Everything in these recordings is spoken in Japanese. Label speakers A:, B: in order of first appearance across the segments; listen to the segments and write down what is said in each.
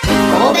A: 神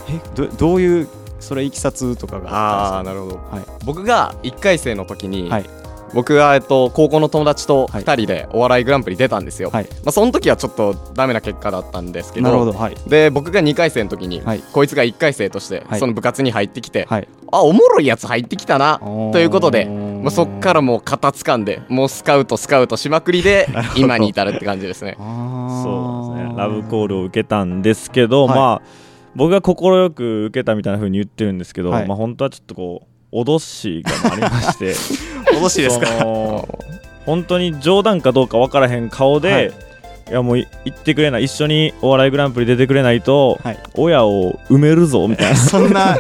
B: えどどういうそれいきさつとかが
C: あ
B: あ
C: あ
B: っ
C: なるほど、
B: はい
C: 僕が1回生の時に、
B: はい
C: 僕は、えっと、高校の友達と
B: はい
C: 2人でお笑いグランプリ出たんですよ、
B: はい
C: まあ、その時はちょっとダメな結果だったんです
B: た
C: け
B: んですよなるほ
C: ど
B: どはい
C: で僕が2回生の時に、
B: はい
C: こいつが1回生として、
B: はい
C: その部活に入ってきて、
B: はい
C: あおもろいやつ入ってきたな
B: おー
C: ということで、まあ、そっからもう肩掴んでもうスカウトスカウトしまくりで今に至るって感じですね
B: あー
D: そうですねラブコールを受けたんですけど、
B: はい
D: まあ僕が快く受けたみたいな風に言ってるんですけど、
B: はい
D: まあ本当はちょっとこう脅しがありまして
C: 脅しいですか
D: その本当に冗談かどうか分からへん顔で、
B: はい
D: い、やもうい言ってくれない一緒にお笑いグランプリ出てくれないと、
B: はい
D: 親を埋めるぞみ たいな
B: そんな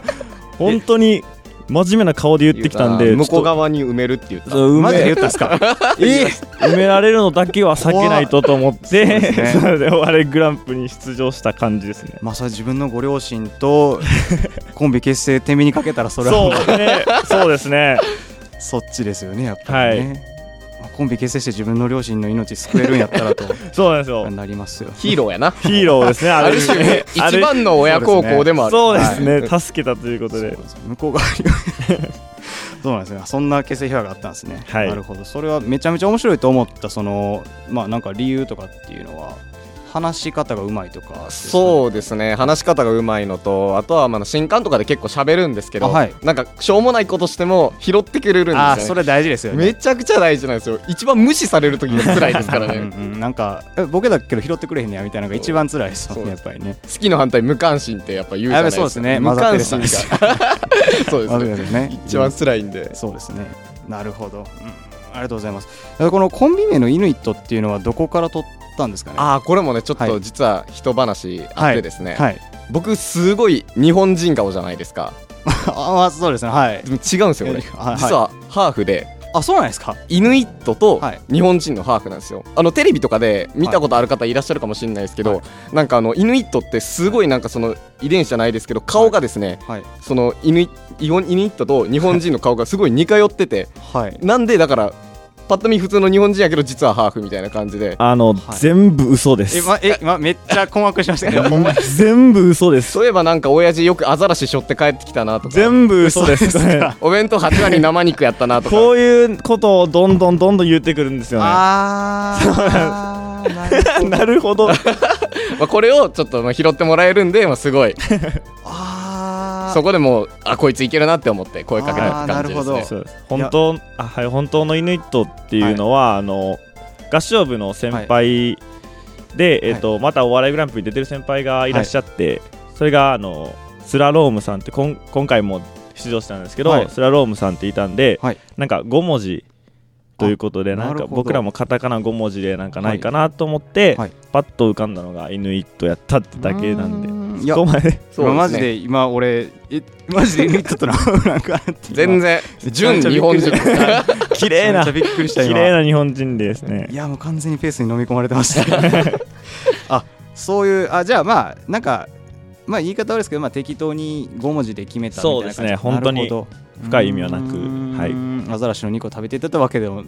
D: 本当に真面目な顔で言ってきたんで
C: 向こう
D: ちょっ
C: 側に埋めるって言った
D: とそう埋
B: マジで 言
D: め
B: ったんですか
D: え埋められるのだけは避けないとと思 って
B: 怖っそうですね
D: それでお笑いグランプリに出場した感じですね
B: まあそれ自分のご両親とコンビ結成天秤にかけたらそれは
D: そ
B: も
D: うねそうですね
B: うそっちですよねやっぱりね、まあコンビ結成して自分の両親の命救えるんやったらと
D: そうなんですよ
B: なりますよ
C: ヒーローやな
D: ヒーローですね
C: あ
D: あ
C: る種ね
D: あ
C: 一
D: れ
C: 番の親孝行でもある
D: そうです
C: は
D: ね、
C: い
D: 助けたということで
B: そうです向こう側に そうなんですねそんな結成秘話があったんですね、
D: はい
B: なるほどそれはめちゃめちゃ面白いと思ったそのまあなんか理由とかっていうのは話し方がうまいとかう
C: そうですね話し方がうまいのとあとはまあ新刊とかで結構喋るんですけど、
B: あはい
C: なんかしょうもないことしても拾ってくれるん
B: ああ
C: です
B: そ
C: よね
B: れ大事ですよね
C: めちゃくちゃ大事なんですよ一番無視される時が辛いですから
B: う
C: ね
B: んうんなんかえボケだけど拾ってくれへんねやみたいなのが一番辛いですよねやっぱりね
C: 好きの反対無関心ってやっぱ言うじゃ
B: や
C: な
B: べ
C: いです
B: そう
C: か
B: ですね
C: 無
B: 混ざって
C: 関
B: るさ
C: 心が そう
B: 混
C: です
B: ざって
C: ね
B: るね
C: 一番辛いんで
B: そうですねなるほど、うん、ありがとうございますこのコンビ名のイヌイットっていうのはどこから取ったんですかね
C: ああこれもねちょっ
B: は
C: と
B: い
C: 実は人話あってですね、
B: はい
C: 僕すごい日本人顔じゃないですか
B: あまあそうですねはい
C: でも違うんですよ俺
B: えはい
C: 実はハーフで
B: あそうなんですか
C: イヌイットと
B: はい
C: 日本人のハーフなんですよあのテレビとかで見たことある方いらっしゃるかもしれないですけど、
B: は
C: なんかあのイヌイットってすごいなんかその遺伝子じゃないですけど顔がですね、
B: はい
C: そのイヌイイオンイヌイットと日本人の顔がすごい似通ってて
B: はい
C: なんでだからパッと見普通の日本人やけど実はハーフみたいな感じで
D: あ
B: は
D: の、
B: い
D: 全部嘘です
B: え、ま、え、ま、めっちゃ困惑しましたけど
D: 全部嘘です
C: そういえばなんか親父よくアザラシ背負って帰ってきたなとか
D: 全部嘘です
B: そうですか
C: お弁当8割生肉やったなとか
D: こういうことをどんどんどんどん言ってくるんですよね
B: あーなるほど
D: なるほど
C: まあ、これをちょっとまあ拾ってもらえるんで、まあ、すごい
B: あ
C: そこでもうあこいついけるなって思って声かけ
B: あ
C: た
B: ー
C: 感
B: な
C: じで
B: るほ
C: す
B: ど
C: ね
D: そうです本当あはい本当のイヌイットっていうのは、あの合唱部の先輩で、えっとまたお笑いグランプリに出てる先輩がいらっしゃって、それがあのスラロームさんってこん今回も出場したんですけど、
B: はい
D: スラロームさんっていたんで、
B: はい
D: なんか5文字ということで
B: あ
D: なん
B: なる
D: か
B: ほど
D: 僕らもカタカナ5文字でなんかないかなと思って、
B: はい
D: パッと浮かんだのがイヌイットやったってだけなんで
B: でい
D: そ
B: や
D: こまで
C: そうですね
B: マジで今俺えマジでイヌイットとな なんかあって今
C: 全然純日本人
D: 綺麗
B: めっ
D: な
B: ちゃびっくりした今
D: 綺麗な日本人ですね
B: いやもう完全にペースに飲み込まれてま したねあそういうあじゃあまあなんかまあ言い方悪いですけど、まあ、適当に5文字で決めたみたいな感じ
D: そうですね本当に
B: なるほど
D: 深い意味はなく
B: うーん
D: はい
B: アザラシの2個食べていたってわけで も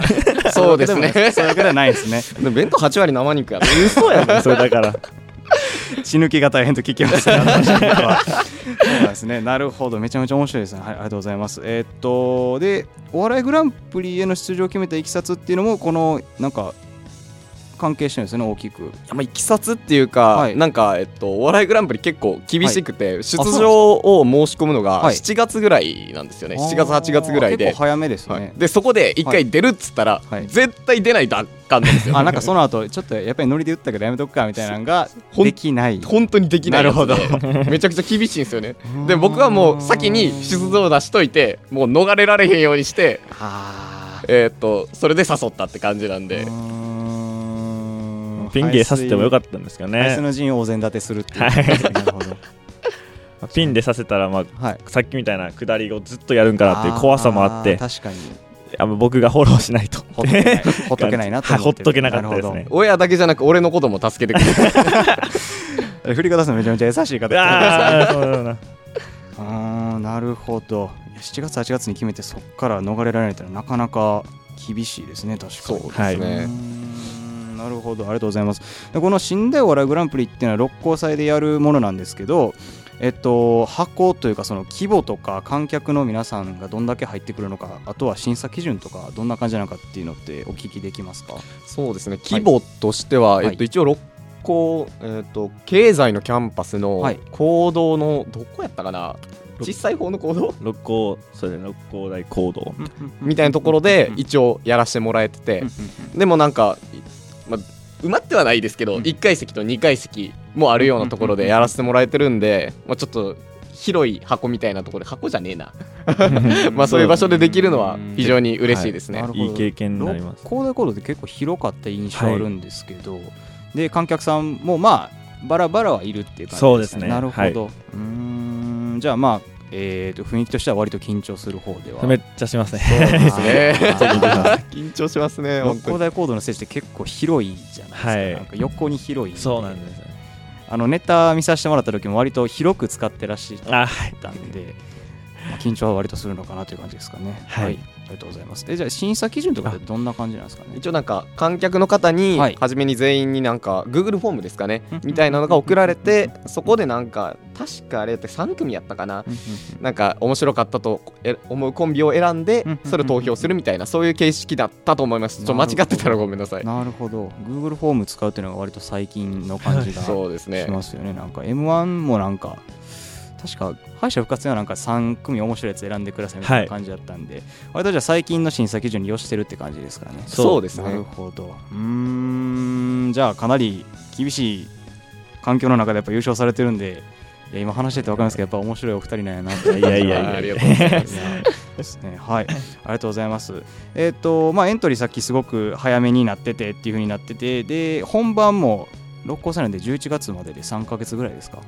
C: そうですね
B: そういうわけではないです ね
C: でも弁当8割 生肉やった
D: 嘘やねそれだから
B: 血抜きが大変と聞きましたそうなんですねなるほどめちゃめちゃ面白いですねはいありがとうございますえーっとでお笑いグランプリへの出場を決めたいきさつっていうのもこのなんか関係してるんですよね大きく
C: まあ、いきさつっていうか、
B: はい
C: なんか、えっと、お笑いグランプリ結構厳しくて、出
B: あそうなんですか
C: 場を申し込むのが
B: はい
C: 7月ぐらいなんですよね、7月
B: あー
C: 8月ぐらいで
B: 結構早めですね、
C: はい、でそこで1
B: はい
C: 回出るっつったら、
B: はい
C: 絶対出ないとあかんなんですよ
B: あなんかその後ちょっとやっぱりノリで打ったけどやめとくかみたいなのが
C: ほん
B: できない
C: 本当にできないやつでめちゃくちゃ厳しいんですよねで僕はもう先に出場を出しといてもう逃れられへんようにして
B: あ
C: えーっとそれで誘ったって感じなんで
D: ピン芸させてもよ
B: かっ
D: かったんですけど
B: た
D: ね
B: の陣をお膳立てするっていう、
D: はい
B: なるほど
D: ピンでさせたらまあ
B: はい
D: さっきみたいな下りをずっとやるんかなっていう怖さもあって
B: ー確 かに
D: あの僕がフォローしないと
B: ほっとけない ほっとけないなと思ってる
D: はいほっとけなかったですね
B: るほ
C: 親だけじゃなく俺のことも助けてくれる
B: ど振り方すのめちゃめちゃ優しい方
D: ああそうだな
B: うーんなるほどいや7月8月に決めてそこから逃れられないってのはなかなか厳しいですね確か
C: そう
B: に
C: ですね、
B: うーんなるほどありがとうございますでこの新大お笑いグランプリっていうのは六甲祭でやるものなんですけどえっと箱というかその規模とか観客の皆さんがどんだけ入ってくるのかあとは審査基準とかどんな感じなのかっていうのってお聞きできますか
C: そうですね規模としては、
B: はい
C: えっと、一応六甲、えっと、経済のキャンパス
B: は
C: の
B: い
C: 行動のどこやったかな
D: 六
C: 小さい方の行動
D: 六甲それで六甲大講堂
C: みたいなところで一応やらせてもらえてて、でもなんか、まあ、埋まってはないですけど、
B: うん
C: 1階席と2階席もあるようなところでやらせてもらえてるんで、まあ、ちょっと広い箱みたいなところで箱じゃねえなまあそういう場所でできるのは非常に嬉しいですね、
B: な るほど
D: いい経験になります
B: ロコードコードって結構広かった印象あるんですけど、で観客さんもまあバラバラはいるっていう感じ
D: そうですね
B: なるほど、うーんじゃあまあえー、と雰囲気としては割と緊張する方では
D: めっちゃしますね
B: です
C: ね
B: ロ
C: 緊張します
B: ッ
C: ね本
B: コ
C: 当
B: ー
C: に
B: ダイコードのステージって結構広いじゃないですか,、
D: はい
B: なんか横に広い
D: そうなんですね
B: あのネタ見させてもらった時も割と広く使ってらっしゃ
D: あはい
B: ったんで、まあ緊張は割とするのかなという感じですかね
D: はい
B: ありがとうございますえじゃあ審査基準とかってどんな感じなんですかね
C: 一応なんか観客の方に
B: はい
C: 初めに全員になんか Google フォームですかね
B: うん
C: みたいなのが送られてそこでなんか確かあれやって3組やったかな
B: うんうん
C: なんか面白かったとえ思うコンビを選んで
B: うん
C: それを投票するみたいなそういう形式だったと思いますちょっと間違ってたらごめんなさ
B: うん
C: い
B: なるほど Google フォーム使うっていうのが割と最近の感じがし
C: そうですね
B: ますよねなんか M1 もなんか確か敗者復活にはなんか3組面白いやつ選んでくださいみたい
D: は
B: ない感じだったんで、割とじゃあ最近の審査基準に寄してるって感じですからね
D: そう
C: そうです
B: なる
C: ね
B: ほどうーんじゃあかなり厳しい環境の中でやっぱ優勝されてるんでいや今話してて分かるんですけどやっぱ面白いお二人なんやなって
D: いやいやいや
C: あありがとうございます
B: いや ですね。はい、ありがとうございます。えっ、と、まあ、エントリーさっきすごく早めになっててっていう風になってて、で、本番も。六甲祭なんで11月までで3ヶ月ぐらいですか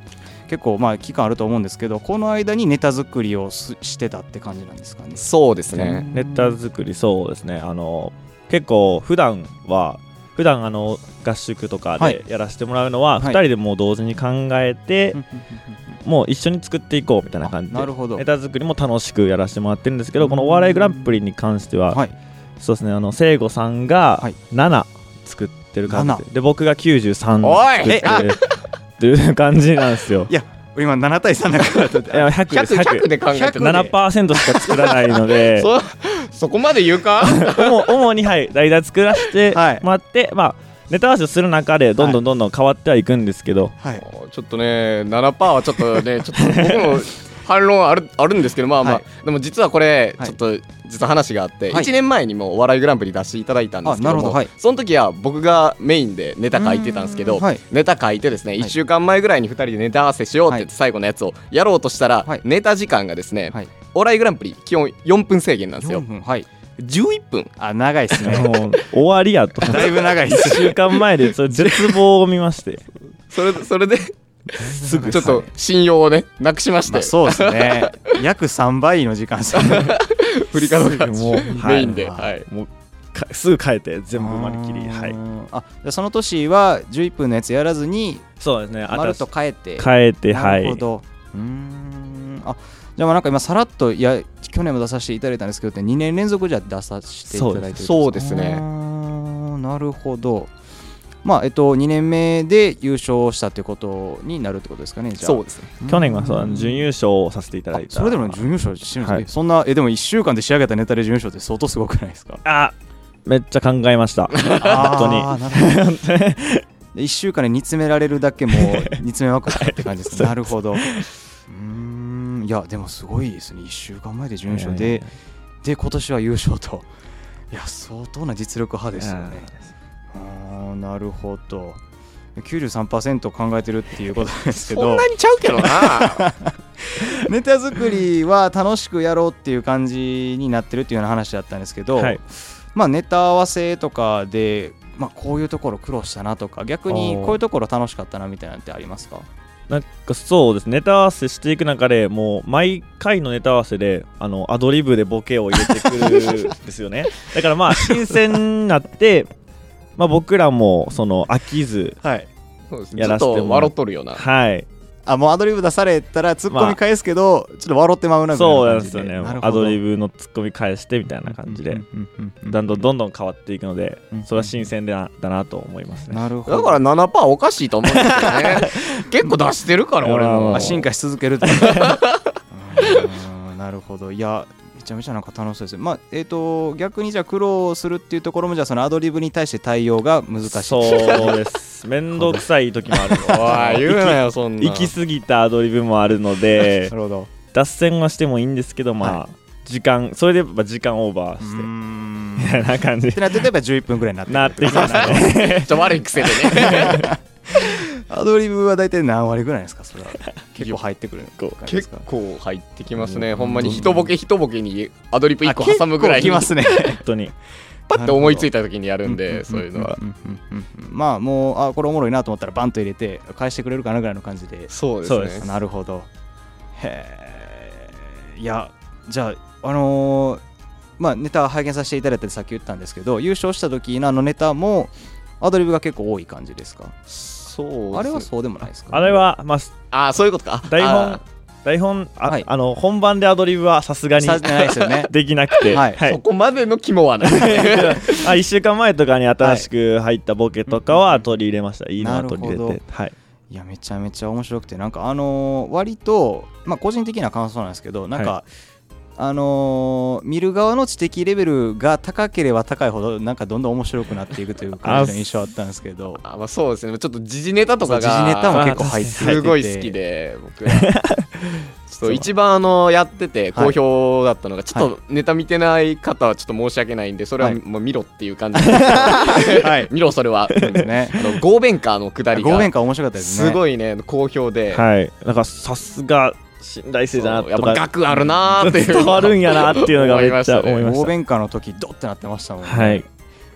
B: 結構まあ期間あると思うんですけどこの間にネタ作りをすしてたって感じなんですかね。
C: そうですね
D: ネタ作りそうですねあの結構普段は普段あの合宿とか
B: はい
D: でやらせてもらうの
B: は
D: は
B: い
D: 2人でもう同時に考えてもう一緒に作っていこうみたいな感じ
B: なる
D: で
B: ほど
D: ネ。タ作りも楽しくやらせてもらってるんですけどこの
B: うん
D: お笑いグランプリに関しては
B: はい、
D: そうですねあの聖子さんが
B: はい
D: 7作ってる感じでで僕が93作ってるっ
C: おい
D: ていう感じなんですよ
B: い。や今7対3だから だっ
D: いや
B: て
D: 100です
C: 100 100
D: 100
C: で考えて
B: 100
D: 7%しか作らない ので
C: そそこまで言うか
D: 主主にはい代打作らせて
B: はい
D: もらって、まあネタ合わせをする中でどんどんどんどん変わってはいくんですけど、
B: はい
C: ちょっとね7%はちょっ とねちょっと僕も反論あるあるんですけどまあまあ、
B: はい
C: でも実はこれ
B: はい
C: ちょっと実は話があって、
B: はい
C: 1年前にもお笑いグランプリ出していただいたんですけど
B: あなるほ
C: も
B: どはい
C: その時は僕がメインでネタ書いてたんですけ
B: うー
C: ど、
B: んはい
C: ネタ書いてですね1週間前ぐらいに2人でネタ合わせしようって言って最後のやつをやろうとしたら、
B: はい
C: ネタ時間がですね、
B: はい
C: お笑いグランプリ基本4分制限なんです
B: 4
C: よ
B: 分はい
C: 11分
B: あ長いですね
D: もう終わり やと
B: だいぶ長いです
D: 1週間前でそれ絶望を見 まして
C: それそれでち
D: すぐ
C: ょっと信用をねなくしまして、
B: まあ、そうですね約3倍の時間 差
C: 振り方が
D: もう、は
C: メイ
D: い
C: ンで、
B: はい
C: はい、
D: もうかすぐ変えて全部まるっきりはい
B: あーあじゃあその年は11分のやつやらずに
D: そうですね
B: まるっと
D: 新し
B: 変えて
D: く変えては
B: ないるほど、うーんあじゃあまあなんか今さらっといや去年も出させていただいたんですけど2年連続じゃあ出させていただいてるんか
C: そうですね
B: あーなるほどまあえっと2年目で優勝したってことになるってことですかねじゃあ
C: そうですね
D: 去年はそうあの準優勝をさせていただい
B: あ
D: た
B: それでも準優勝してるんですね、
D: はい
B: そんなえでも1週間で仕上げたネタで準優勝って相当すごくないですか
D: あめっちゃ考えまし
B: あ
D: た本
B: ーなるほどで一週間で煮詰められるだけもう煮詰めまくったって感じです、ねなるほどうーんいやでもすごいですね1週間前で準優勝で、
D: いやいや
B: で今年は優勝といや相当な実力派
D: 当に
B: ですよねあーなるほど93%考えてるっていうことですけ
C: そん
B: ど
C: なにちゃうけどな
B: ネタ作りは楽しくやろうっていう感じになってるっていうような話だったんですけど、
D: はい
B: まあ、ネタ合わせとかで、まあ、こういうところ苦労したなとか逆に
D: あー
B: こういうところ楽しかったなみたいなのってありますか
D: なんかそうですねネタ合わせしていく中でもう毎回のネタ合わせであのアドリブでボケを入れてくるんです よねだからまあ新鮮になってまあ僕らもその飽きず
B: はい
C: そうですね
D: や
C: ち
D: ら
C: ょっ
D: せてもらう
C: と笑っとるよな。
D: はい
B: あもうアドリブ出されたらツッコ
D: ま
B: ミ
D: あ
B: 返すけど、ちょっと笑ってまうなみたい
D: そう
B: な
D: なん
B: 感
D: で
B: じ
D: すよね
B: で
D: アドリ
B: ブ
D: ブのツッコミ返してみたいな感じで、だんだんどんどん変わっていくので、
B: うん
D: それは新鮮だなだなと思いますね
B: なるほど
C: だから7%おかしいと思うんですけどね。 結構出してるから俺
D: うん
C: も
B: あ。進化し続ける とうーんなるほどいやめちゃめちゃなんか楽しそうですまあえっ、と逆にじゃあ苦労するっていうところもじゃあそのアドリブに対して対応が難しい
D: そうです面倒くさい時もある
C: おい言うなよそんな。
D: 行き過ぎたアドリブもあるので
B: なるほど
D: 脱線はしてもいいんですけどまあ、時間それでやっぱ時間オー
B: うー
D: バーして
B: ん
D: みたいな感 じ
B: ってなって例えば11分ぐらいになってくる
D: なってきましたね
C: ちょっと悪い癖でね。
B: あアドリブは大体何割ぐらいですか それは結構入ってくる感じです
C: 結
B: か
C: 構入ってきますね、
D: うん
C: ほんまに一ボケ一ボケにアドリブ
B: あ
C: 1個挟むぐらい
B: 結構きますね
D: 本当に
C: パッと思いついた時にやるん
B: なる
C: で
B: ほど
C: そういうのは
B: んうんうんうんまあもうあこれおもろいなと思ったらバンと入れて返してくれるかなぐらいの感じで
C: そう
D: で
C: ですす
D: ね
C: ね
B: なるほどへえいやじゃああのーまあネタ拝見させていただいたってさっき言ったんですけど優勝した時のあのネタもアドリブが結構多い感じですか
C: そう
B: あれはそうでもないですか
D: あれはまあ
C: ああそういうことか
D: 台
C: あ
D: 本台本あ、
B: はい
D: あの本番でアドリブはさすがに
B: さないですよね
D: できなくて、
B: はい
C: ーそこまでの肝 はない
D: あ1週間前とかに新しく入ったボケとかは取り入れました、いいのは取り入
B: な
D: れ
B: る
D: て、はい、
B: いやめちゃめちゃ面白くてなんかあのー割とまあ個人的な感想なんですけどなんか、
D: は
B: あのー見る側の知的レベルが高ければ高いほどなんかどんどん面白くなっていくという感じの印象あったんですけど
C: あまあそうですねちょっと時事ネタとかが
B: 時事ネタも結構入ってて
C: すごい好きで僕らちょっと一番あのやってて
B: はい
C: 好評だったのが、ちょっとネタ見てない方はちょっと申し訳ないんでそれは
B: はい
C: もう見ろっていう感じで、はい、 見ろそれは、うん
B: ね
C: あのゴーベンカーのくだり
B: 合弁
C: が
B: 歌面白かったですね
C: すごいね好評で、
D: はい、なんかさすが信頼性だな
C: そうやっ
D: と
C: ぱ
D: か
C: 額あるなーっていう
D: 伝わるんやなっていうのがめっち ゃ思いました
B: 合弁歌の時ドってなってましたもんね、
D: はい、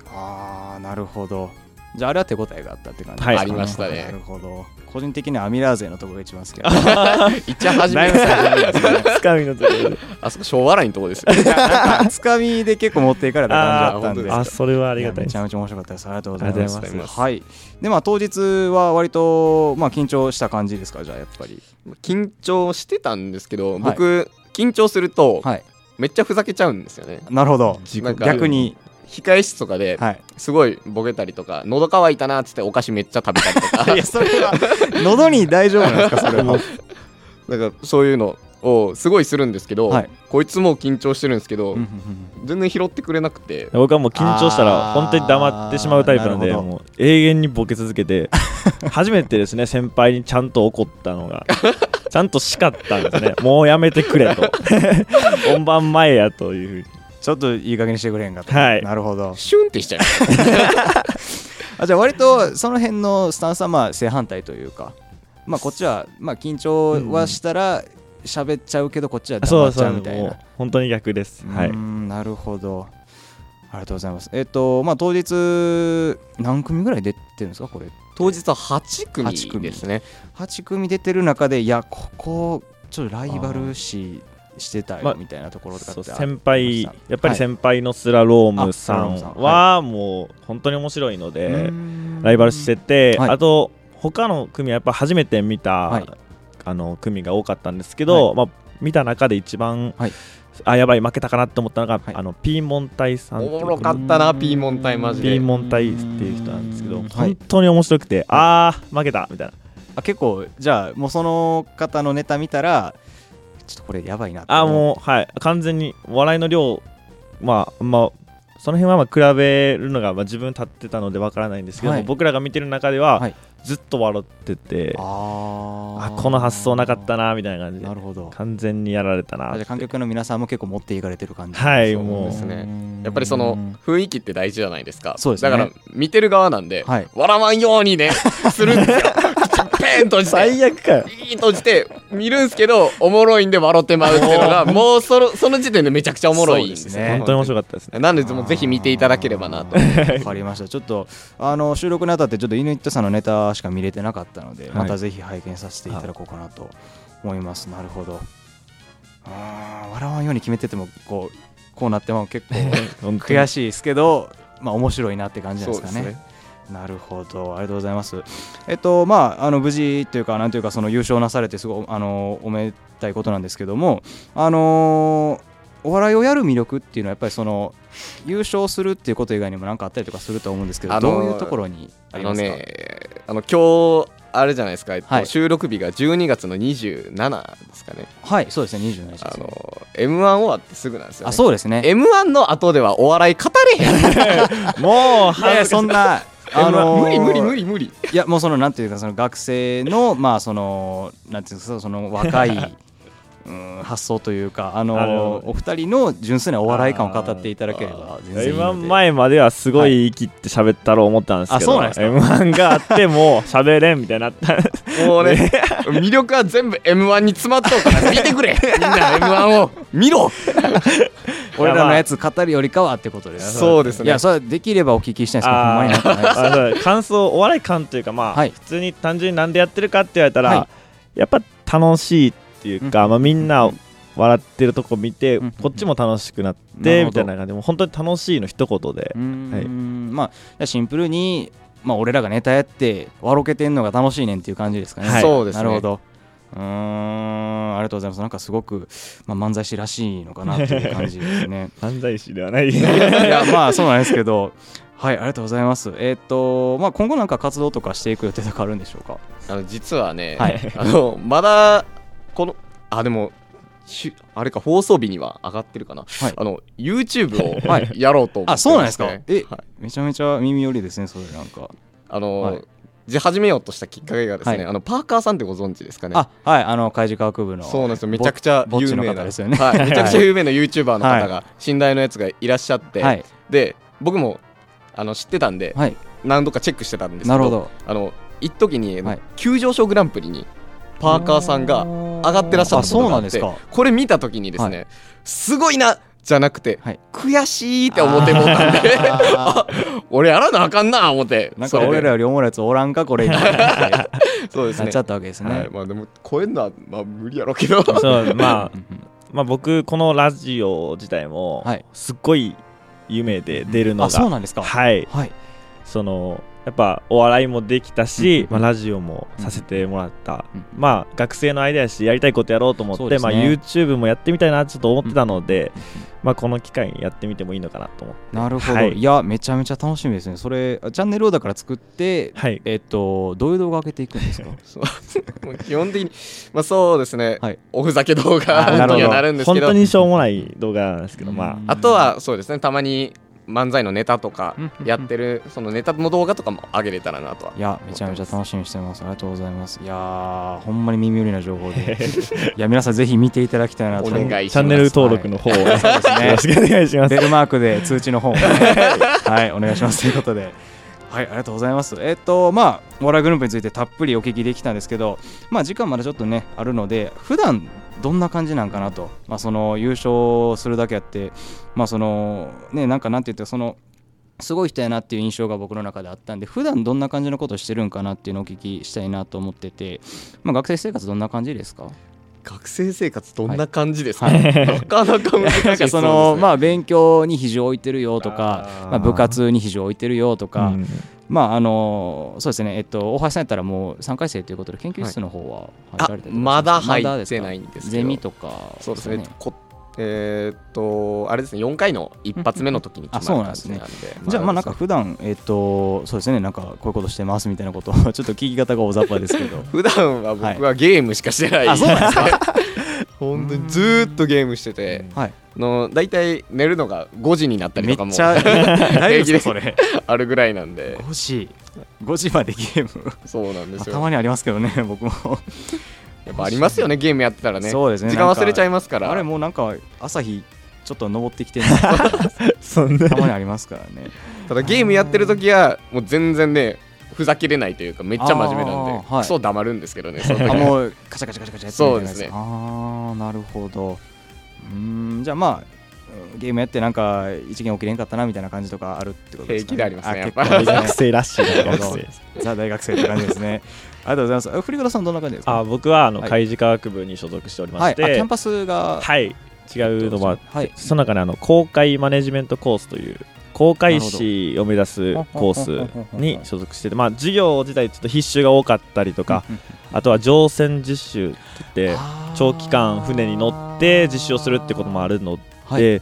B: ああなるほどじゃああれは手応えがあったって感じですか
D: はい
B: ね
D: あ
C: りましたね
B: なるほど個人的にはアミラーゼのところが一番好きだ
C: 一応初
B: だい
C: め
B: ぶ最初にです ね
D: つかみのところで
C: あそこ昭和ラインのとこですよ
B: いやなんかつかみで結構持っていかれた感じだったんで
C: ー
D: あそれはあ
B: あ
D: りがたい
B: め
D: で
B: ち
D: す
B: ゃめちゃ面白かったですありがとうございます
C: ありがとうございます
B: はいでまあ当日は割とまあ緊張した感じですかじゃあやっぱり
C: 緊張してたんですけど僕、緊張すると、
B: はい
C: めっちゃふざけちゃうんですよね
B: なるほど
C: なんか
B: 逆に
C: 控え室とかで、
B: はい
C: すごいボケたりとか喉乾いたなっつってお菓子めっちゃ食べたりとか
B: いやそれは喉に大丈夫なんですかそれは
C: なんかそういうのをすごいするんですけど、
B: はい
C: こいつも緊張してるんですけど、
B: うんうんうん
C: 全然拾ってくれなくて
D: 僕はもう緊張した
B: あ
D: ら
B: ー
D: 本当に黙ってしまうタイプなんで
B: なるほど
D: もう永遠にボケ続 けて初めてですね先輩にちゃんと怒った のがちゃんと叱ったんですねもうやめてくれ と本番前やというふうに
B: ちょっといい加減にしてくれへんかと
D: はい
B: なるほど
C: シュンってしちゃう
B: あじゃあ割とその辺のスタンスはまあ正反対というか、まあ、こっちはまあ緊張はしたら喋っちゃうけどこっちは
D: そ
B: 黙
D: う
B: っち
D: そ
B: ゃ
D: う
B: うみたい
D: も
B: な
D: う。本当に逆ですは
B: う
D: い
B: ーんなるほどありがとうございますえっとまあ当日何組ぐらい出てるんですかこれ
C: 当日は8
B: 八組
C: 組ですね
B: 8組出てる中でいやここちょっとライバル視してた
D: まあ
B: よみたいなところとかって
D: そ
B: あ
D: う
B: りました、
D: 先輩やっぱり先輩のスラロームさ
B: あ
D: ん
B: スラロームさん
D: はもう本当に面白いの
B: う
D: で
B: ーん
D: ライバルしてて
B: はい
D: あと他の組はやっぱ初めて見
B: は
D: た
B: い
D: あの組が多かったんですけどまあ見た中で一番
B: はい
D: あやばい負けたかなと思ったのが
B: はい
D: あのピーモン隊さん
C: お
D: っていう
C: も
D: 組
C: ろかったなピーモン隊マジ
D: ピ
C: で
D: ーモン隊っていう人なんですけ
B: う
D: ど
B: んはい
D: 本当に面白くてあー負けたみたいな
B: あ結構じゃあもうその方のネタ見たらちょっとこれやばいなって
D: あーもうはい完全に笑いの量まあまあその辺はまあ比べるのがまあ自分立ってたのでわからないんですけども、
B: はい
D: 僕らが見てる中では、
B: はい
D: ずっと笑っててあ
B: あー
D: この発想なかったなみたいな感じで
B: なるほど
D: 完全にやられたな
B: あじゃあ観客の皆さんも結構持っていかれてる感じ
D: はい
C: そう
D: もう
C: ですね
B: うん
C: やっぱりその雰囲気って大事じゃないですか
B: そうですね
C: だから見てる側なんで、
B: はい
C: 笑わんようにねする んですよ口ペーン閉じて
D: 最悪かよ
C: ピーン閉じて見るんすけどおもろいんで笑ってまうっていうのがもうそのその時点でめちゃくちゃおもろいんです
B: そうで
C: よ
B: すね
D: 本当に面白かったですね
C: なのでもうぜひ見ていただければなと
B: あ ーわかりましたちょっとあの収録にあたってちょっとイヌイットさんのネタしか見れてなかったので、
D: はい
B: またぜひ拝見させていただこうかなと思いますなるほどあー笑わんように決めててもこうこうなっても 結構
D: 本当に
B: 悔しいですけどまあ面白いなって感じなんですか
C: そう
B: ね
C: です
B: なるほどありがとうございますえっとまああの無事というかなんというかその優勝なされてすごいあのおめでたいことなんですけどもあのお笑いをやる魅力っていうのはやっぱりその優勝するっていうこと以外にも何かあったりとかすると思うんですけど、
C: あの
B: ど
C: ー
B: ういうところにあ
C: あ
B: り
C: の
B: ますか
C: ねあの今日あれじゃないですか、えっと
B: はい
C: 収録日が12月の27ですかね
B: はいそうですね27日ですね
C: あの m 1終わってすぐなんですよ、ね、
B: あそうですね
C: m 1の後ではお笑い語 れへん
D: もう
B: いやいやそんなあのー
C: 無理無理無理無理
B: いや もうそのなんていうかその学生のまあそのなんていうんですかその若いうん発想というかあの
D: なるほど
B: お二人の純粋なお笑い感を語っていただければ全然いいので
D: 今前まではすごい生きって喋ったろう思ったんですけど、
B: はいあそう
D: M1 があってもう喋れんみたいになった
C: もうね魅力は全部 m 1に詰まっとるから見てく れみんな m 1を見ろ
B: 俺らのやつ語るよりかはってことです
C: そうですね
B: いやそれはできればお聞きしたいんですけどほんまになんかないです
D: あそう感想お笑い感というかまあ、
B: はい
D: 普通に単純になんでやってるかって言われたら、
B: は
D: やっぱ楽しいっていうか、まあ、みんな笑ってるとこ見て、
B: うん
D: こっちも楽しくなっ
B: な
D: て
B: るほ
D: み
B: ど
D: たいな感じでもう本当に楽しいの一言で
B: うーんまあシンプルに、まあ、俺らがネタやって笑けてんのが楽しいねんっていう感じですかね、
D: はい
C: そうですね
B: なるほどうーんありがとうございますなんかすごく、まあ、漫才師らしいのかなっていう感じですね
D: 犯罪師ではない
B: いやまあ そうなんですけどはいありがとうございますえっ、とまあ今後なんか活動とかしていく予定とかあるんでしょうか
C: あの実はね、
B: はい
C: あのまだこのあでもしあれか放送日には上がってるかな、
B: い
C: あの YouTube を
B: はい
C: やろうと思ってま
B: あそうなんですか
C: ね
B: え
C: はい
B: めちゃめちゃ耳寄りですねそれなんか
C: あの、
B: はい
C: じ始めようとしたきっかけがですね、
B: はい
C: あのパーカーさんってご存知ですかね
B: あはいあの海事科学部の
C: そうなんですよめちゃくちゃ
B: ぼ
C: 有
B: ぼっ
C: 名
B: ちの方
C: な
B: ですよね
C: はい、めちゃくちゃ有名な YouTuber の方
B: は
C: が信頼のやつがいらっしゃって、
B: はい
C: で僕もあの知ってたんで
B: はい
C: 何度かチェックしてたんですけど
B: なるほど
C: あの一時に、
B: はい
C: 急上昇グランプリにパーカーさんが上がってらっしゃったこ
B: あそう
C: とが
B: な
C: あ
B: んで
C: っ
B: す
C: て
B: か
C: これ見た時にですね、
B: は
C: すごいなじゃなくて、
B: はい
C: 悔しいって思ってもうたんであ 俺やらなあかんな思って
B: なん
C: そ
B: か
C: れで
B: 俺らよりおもろいやつおらんかこれみたいな感じで
C: そうです
B: なっ
C: ね
B: ちゃったわけですね。
C: はい、まあでも超えんのはまあ無理やろうけど
D: そう
B: う
D: まあ
B: んうん
D: まあ僕このラジオ自体も、
B: はい
D: すっごい夢で出るのが、
B: あそうなんですか。
D: はい
B: はい。
D: そのやっぱお笑いもできたし、
B: うん
D: まあ、ラジオもさせてもらった、
B: うん
D: まあ学生のアイデアやしやりたいことやろうと思って、
B: そうです
D: まあ、
B: ね
D: YouTube もやってみたいなちょっと思ってたので、まあ、この機会にやってみてもいいのかなと思って
B: なるほど。、
D: はいい、
B: やめちゃめちゃ楽しみですね。それあチャンネルをだから作って、
D: はい
B: えっとどういう動画上げていくんですか。
C: もう基本的にまあそうですね、
B: はい
C: おふざけ動
B: あ
C: 画
B: なるほ
C: に
B: ど
C: はなるんです
D: 本
C: けど
D: 当にしょうもない動画なんですけど、ま
B: うん
D: あ
C: あとはそうですねたまに漫才のネタとかやってるそのネタの動画とかも上げれたらなとはい
B: やめちゃめちゃ楽しみにしてます。ありがとうございます。いやーほんまに耳寄りな情報で、いや皆さんぜひ見ていただきたいなと
C: お願いします
D: チャンネル登録の方を、よろしくお願いします。
B: ベルマークで通知の方も、 ね、はい、お願いしますということで。はい、ありがとうございます。えっ、と、まあ、お笑いグループについてたっぷりお聞きできたんですけど、まあ、時間まだちょっとね、あるので、普段どんな感じなんかなと、まあ、その、優勝するだけあって、まあ、その、ね、なんかなんて言って、その、すごい人やなっていう印象が僕の中であったんで、普段どんな感じのことしてるんかなっていうのをお聞きしたいなと思ってて、まあ、学生生活どんな感じですか
C: 学生生活どんな感じですか、 なかなか難しい
B: なんかその、ま
C: あ
B: あ勉強に比重を置いてるよとか
D: あー
B: まあ、部活に比重を置いてるよとか、
D: うん
B: まああのそうですねえっと大橋さんやったらもう3回生ということで研究室の方は入られてるんですか
C: まだ入
B: で
C: っ
B: す
C: て
B: か
C: ないんですけど
B: ゼミとか
C: そうですねこえーっとあれですね4回の一発目の時に決まる感じなんで
B: じゃあまあなんか普段えっとそうですねなんかこういうことしてますみたいなことをちょっと聞き方が大雑把ですけ ど
C: 普段は僕はゲームしかしてない、
B: あそうなん ですか
C: 本当にずーっとゲームしてて
B: はい
C: の大体寝るのが5時になったり
B: め
C: と
B: っ
C: かも
B: ちゃ 大
C: 平
B: 丈
C: 気
B: 夫でか
C: です
B: それ
C: あるぐらいなんで
B: 5時5時までゲーム
C: そうなんですよ
B: たまにありますけどね僕も
C: やっぱありますよねゲームやってたらね
B: そうですね
C: 時間忘れちゃい
B: ま
C: ますから
B: あれもうなんか朝日ちょっと登ってきてるの
D: そんな
B: たまにありますから ね
C: ただゲームやってる時はもう全然ねふざけれないというかめっちゃ真面目なんで、
B: あーはい
C: クソ黙るんですけどねそ の時
B: あもうカチャカチャカチャカチャやってるじゃない
C: そうですね
B: ああなるほどうーんじゃあまあうんゲームやってなんか一元起きれんかったなみたいな感じとかあるってことですか、
C: 平気でありますね
B: 結
C: や
B: 構
C: っぱ
B: あり
D: 大
B: ま
D: 学
B: すね
D: 生らしいな
B: なる
D: 学
B: ほど
D: 生
B: ザ大学生って感じですねありがとうございますあ振倉さんどんな感じですか
D: あ僕はあの
B: はい
D: 海事科学部に所属しておりま
B: はいあ
D: し
B: キャ
D: て
B: ン、パスが
D: はい、違うのもあって
B: はい
D: その中であの公開マネジメントコースという公開士を目指すコースに所属してて、まあ、授業自体ちょっと必修が多かったりとか
B: うんうん
D: あとは乗船実習って言って
B: あー
D: 長期間船に乗って実習をするってこともあるの
B: はい
D: で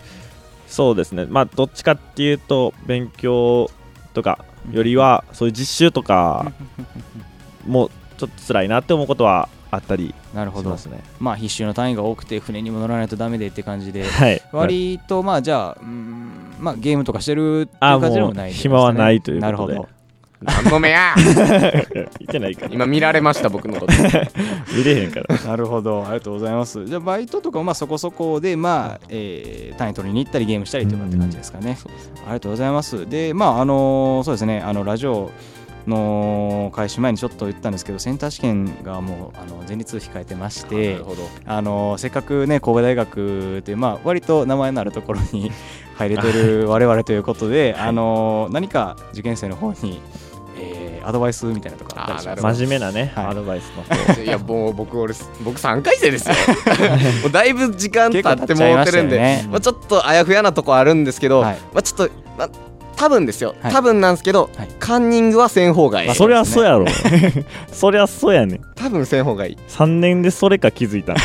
D: そうですねまあどっちかっていうと勉強とかよりはそういう実習とかもちょっと辛いなって思うことはあったり
B: なるほ
D: し
B: ど
D: ますね。
B: まあ必修の単位が多くて船にも乗らないとダメでって感じで
D: はい、
B: 割とまあじゃあうーんまあゲームとかしてるってい
D: あ
B: う感じでも
D: もう
B: ないですね
D: 暇はないということで
B: なるほど
C: 何の目や
D: いてないから
C: 今見られました僕のこと
D: 見れへ んから
B: なるほどありがとうございますじゃあバイトとかもまあそこそこでまあ、えー単位取りに行ったりゲームしたりとかって感じですかね、ありがとうございますでまああのそうですねあのラジオの開始前にちょっと言ったんですけどセンター試験がもうあの前日控えてまし
C: な
B: て
C: るほど
B: あのせっかくね神戸大学という、まあ、割と名前のあるところに 入れて る我々ということで、あの何か受験生の方に、えーアドバイスみたいなとかあったりし
C: あーな
B: ま
C: る
B: す
C: ほど
D: 真面目なね、
B: はい
D: アドバイスの方
C: いやもう僕俺僕3回生ですよもうだいぶ時間経ってもうて
B: 結構経っ
C: るんで
B: ちゃいましたよね
C: まあ、ちょっとあやふやなとこあるんですけど、
B: はい
C: まあ、ちょっと、まあ、多分ですよ、
B: はい
C: 多分なんですけど、
B: はい
C: カンニングはせん方がいい、
D: まあ、そりゃそうやろそりゃそうやねん
C: 多分せん方がいい
D: 3年でそれか気づ いたの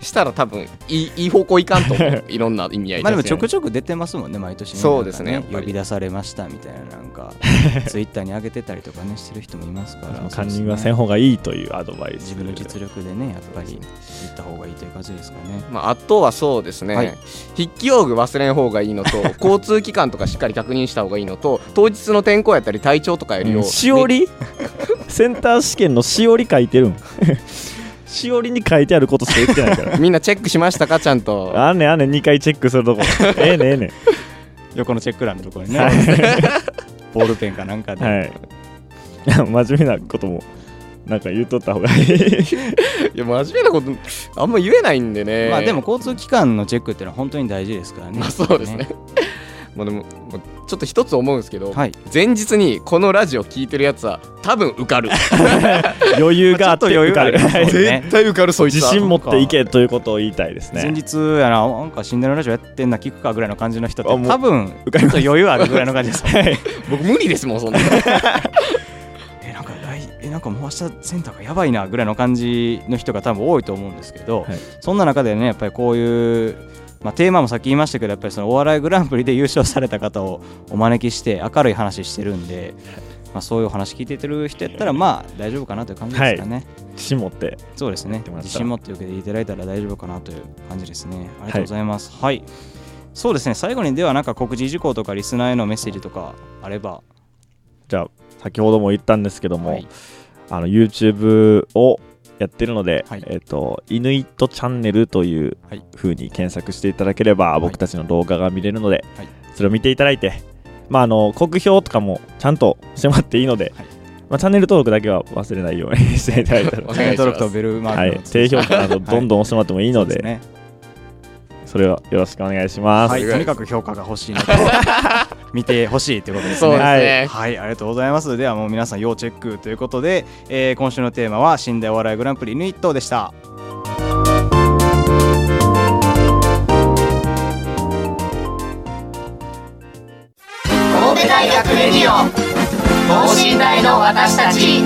C: したら多分いいいい方向いかんと 思ういろんな意味合い
B: まあでも
C: で
B: ちょくちょく出てますもんね、毎年ね。
C: そうですね
B: なん
C: や
B: か
C: っぱり
B: 呼び出されましたみたいな、なんか、ツイッターに上げてたりとかね、してる人もいますから、
D: カンニングはせん
B: そうですね
D: 方がいいというアドバイス
B: 自分の実力でね、やっぱり、行った方がいいという感じですかね。
C: まあ、あとはそうですね、
B: はい
C: 筆記用具忘れん方がいいの と交通機関とかしっかり確認した方がいいのと当日の天候やったり体調とかよりを、
D: しおり センター試験のしおり書いてるん しおりに書いてあることしか言ってないから
C: みみんなチェックしましたかちゃんと
D: あんねんあんねん2回チェックするとこええねんええねん
B: 横のチェック欄のところにね、 ボールペンかなん かで。
D: はいい や真面目なこともなんか言っとった方が いい
C: いや真面目なことあんま言えないんでね
B: まあでも交通機関のチェックってのは本当に大事ですからね。
C: まあ そうですね。まあでもまあちょっと一つ思うんですけど、
B: はい。
C: 前日にこのラジオ聞いてるやつは多分受 かる
D: 余裕があって
B: まあちょっと余裕がある
D: 受か
B: そうね
C: 絶対受かるそいつ
D: 自
C: は
D: 信持っていけということを言いたいです
B: 前
D: ね
B: 日やな、なんか死んでるラジオやってんな、聞くかぐらいの感じの人っ
D: あ
B: て、
D: もう
B: 多分
D: か
B: ちょっと余裕あるぐらいの感じ です。
C: 僕無理ですもんそ んな
B: えなんか来えなんかもう明日センターがやばいなぐらいの感じの人が多分多いと思うんですけど、
D: はい
B: そんな中でねやっぱりこういう、まあ、テーマもさっき言いましたけどやっぱりそのお笑いグランプリで優勝された方をお招きして明るい話してるんで、まあ、そういうお話聞いててる人やったらまあ大丈夫かなという感じですかね、
D: 自信持って
B: そうですね
D: てもらったら
B: 自信持って受けていただいたら大丈夫かなという感じですねありがとうございますはい、そうですね最後にではなんか告知事項とかリスナーへのメッセージとかあれば
D: じゃあ先ほども言ったんですけども、
B: はい
D: あの YouTube をやってるので、
B: はい
D: えっ、と、イヌイットチャンネルという
B: はい
D: 風に検索していただければ、僕たちの動画が見れるので、
B: はい
D: それを見ていただいて、まあ、あの、国評とかもちゃんとしてもらっていいので、
B: はい
D: まあ、チャンネル登録だけは忘れないように していただいたら
C: お、
B: チャンネル登録とベルマ
D: は
B: ーク
D: い
B: の、通知
D: 低評価などどんどん押してもらってもいいので、
B: そうすね
D: それをよろしくお願いします。
B: はい、
C: お願
B: と
C: い
B: に
C: し
B: かく評価が欲しいの と見てほしいということです
C: そうです
B: ね。
C: ね、
B: はい、ありがとうございます。ではもう皆さん要チェックということで、えー今週のテーマは「新大お笑いグランプリイヌイット」でした。
A: 神戸大学レディオ等身大の私たち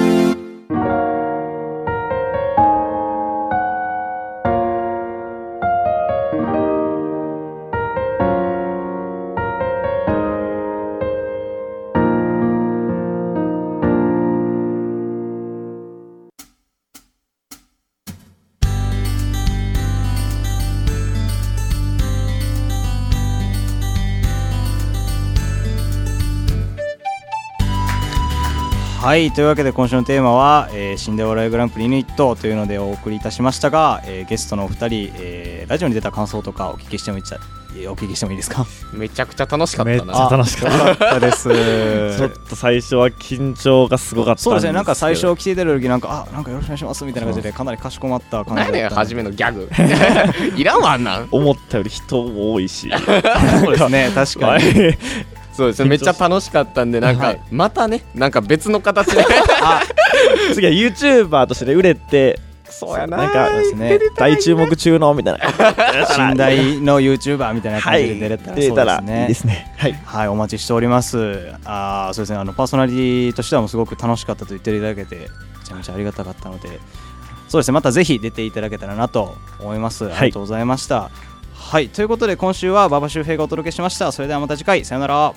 B: はい、というわけで今週のテーマは「えー、新大お笑いグランプリイヌイット」というのでお送りいたしましたが、えーゲストのお二人、えーラジオに出た感想とかお聞きしてもいいっちゃえーお聞きしてもいいです か。
C: めちゃくちゃ楽しかっ
D: めったち
C: な
D: ゃ楽しかった。
B: そうです。
D: ちょっと最初は緊張がすごかったんですけ
B: そうで
D: ど
B: すね。なんか最初来ていただいた時なんかあなんかよろしくお願いしますみたいな感じでかなりかしこまった感じだった
C: 何
B: んで
C: やねん初めのギャ グいらんわあんなん
D: 思ったより人も多 いし
B: そうですね。確か
D: は
B: に。
D: い
C: そうですねめっちゃ楽しかったんでなんか、
B: はい
C: またねなんか別の形で
D: 次は YouTuber としてね売れてそうや
B: なんかですね
D: 大注目中のみ たいな
B: 信頼の YouTuber みたいな
D: は
B: 感じ
D: い
B: で出れたら、
D: 出れたら
B: そう
D: いいですねはい
B: はい、お待ちしております。あーそうですね、あのパーソナリティとしてはもうすごく楽しかったと言っていただけて、めちゃめちゃありがたかったので、そうですね、またぜひ出ていただけたらなと思います。あ
D: い
B: りがとうございました。はい、ということで今週は馬場周平がお届けしました。それではまた次回、さようなら。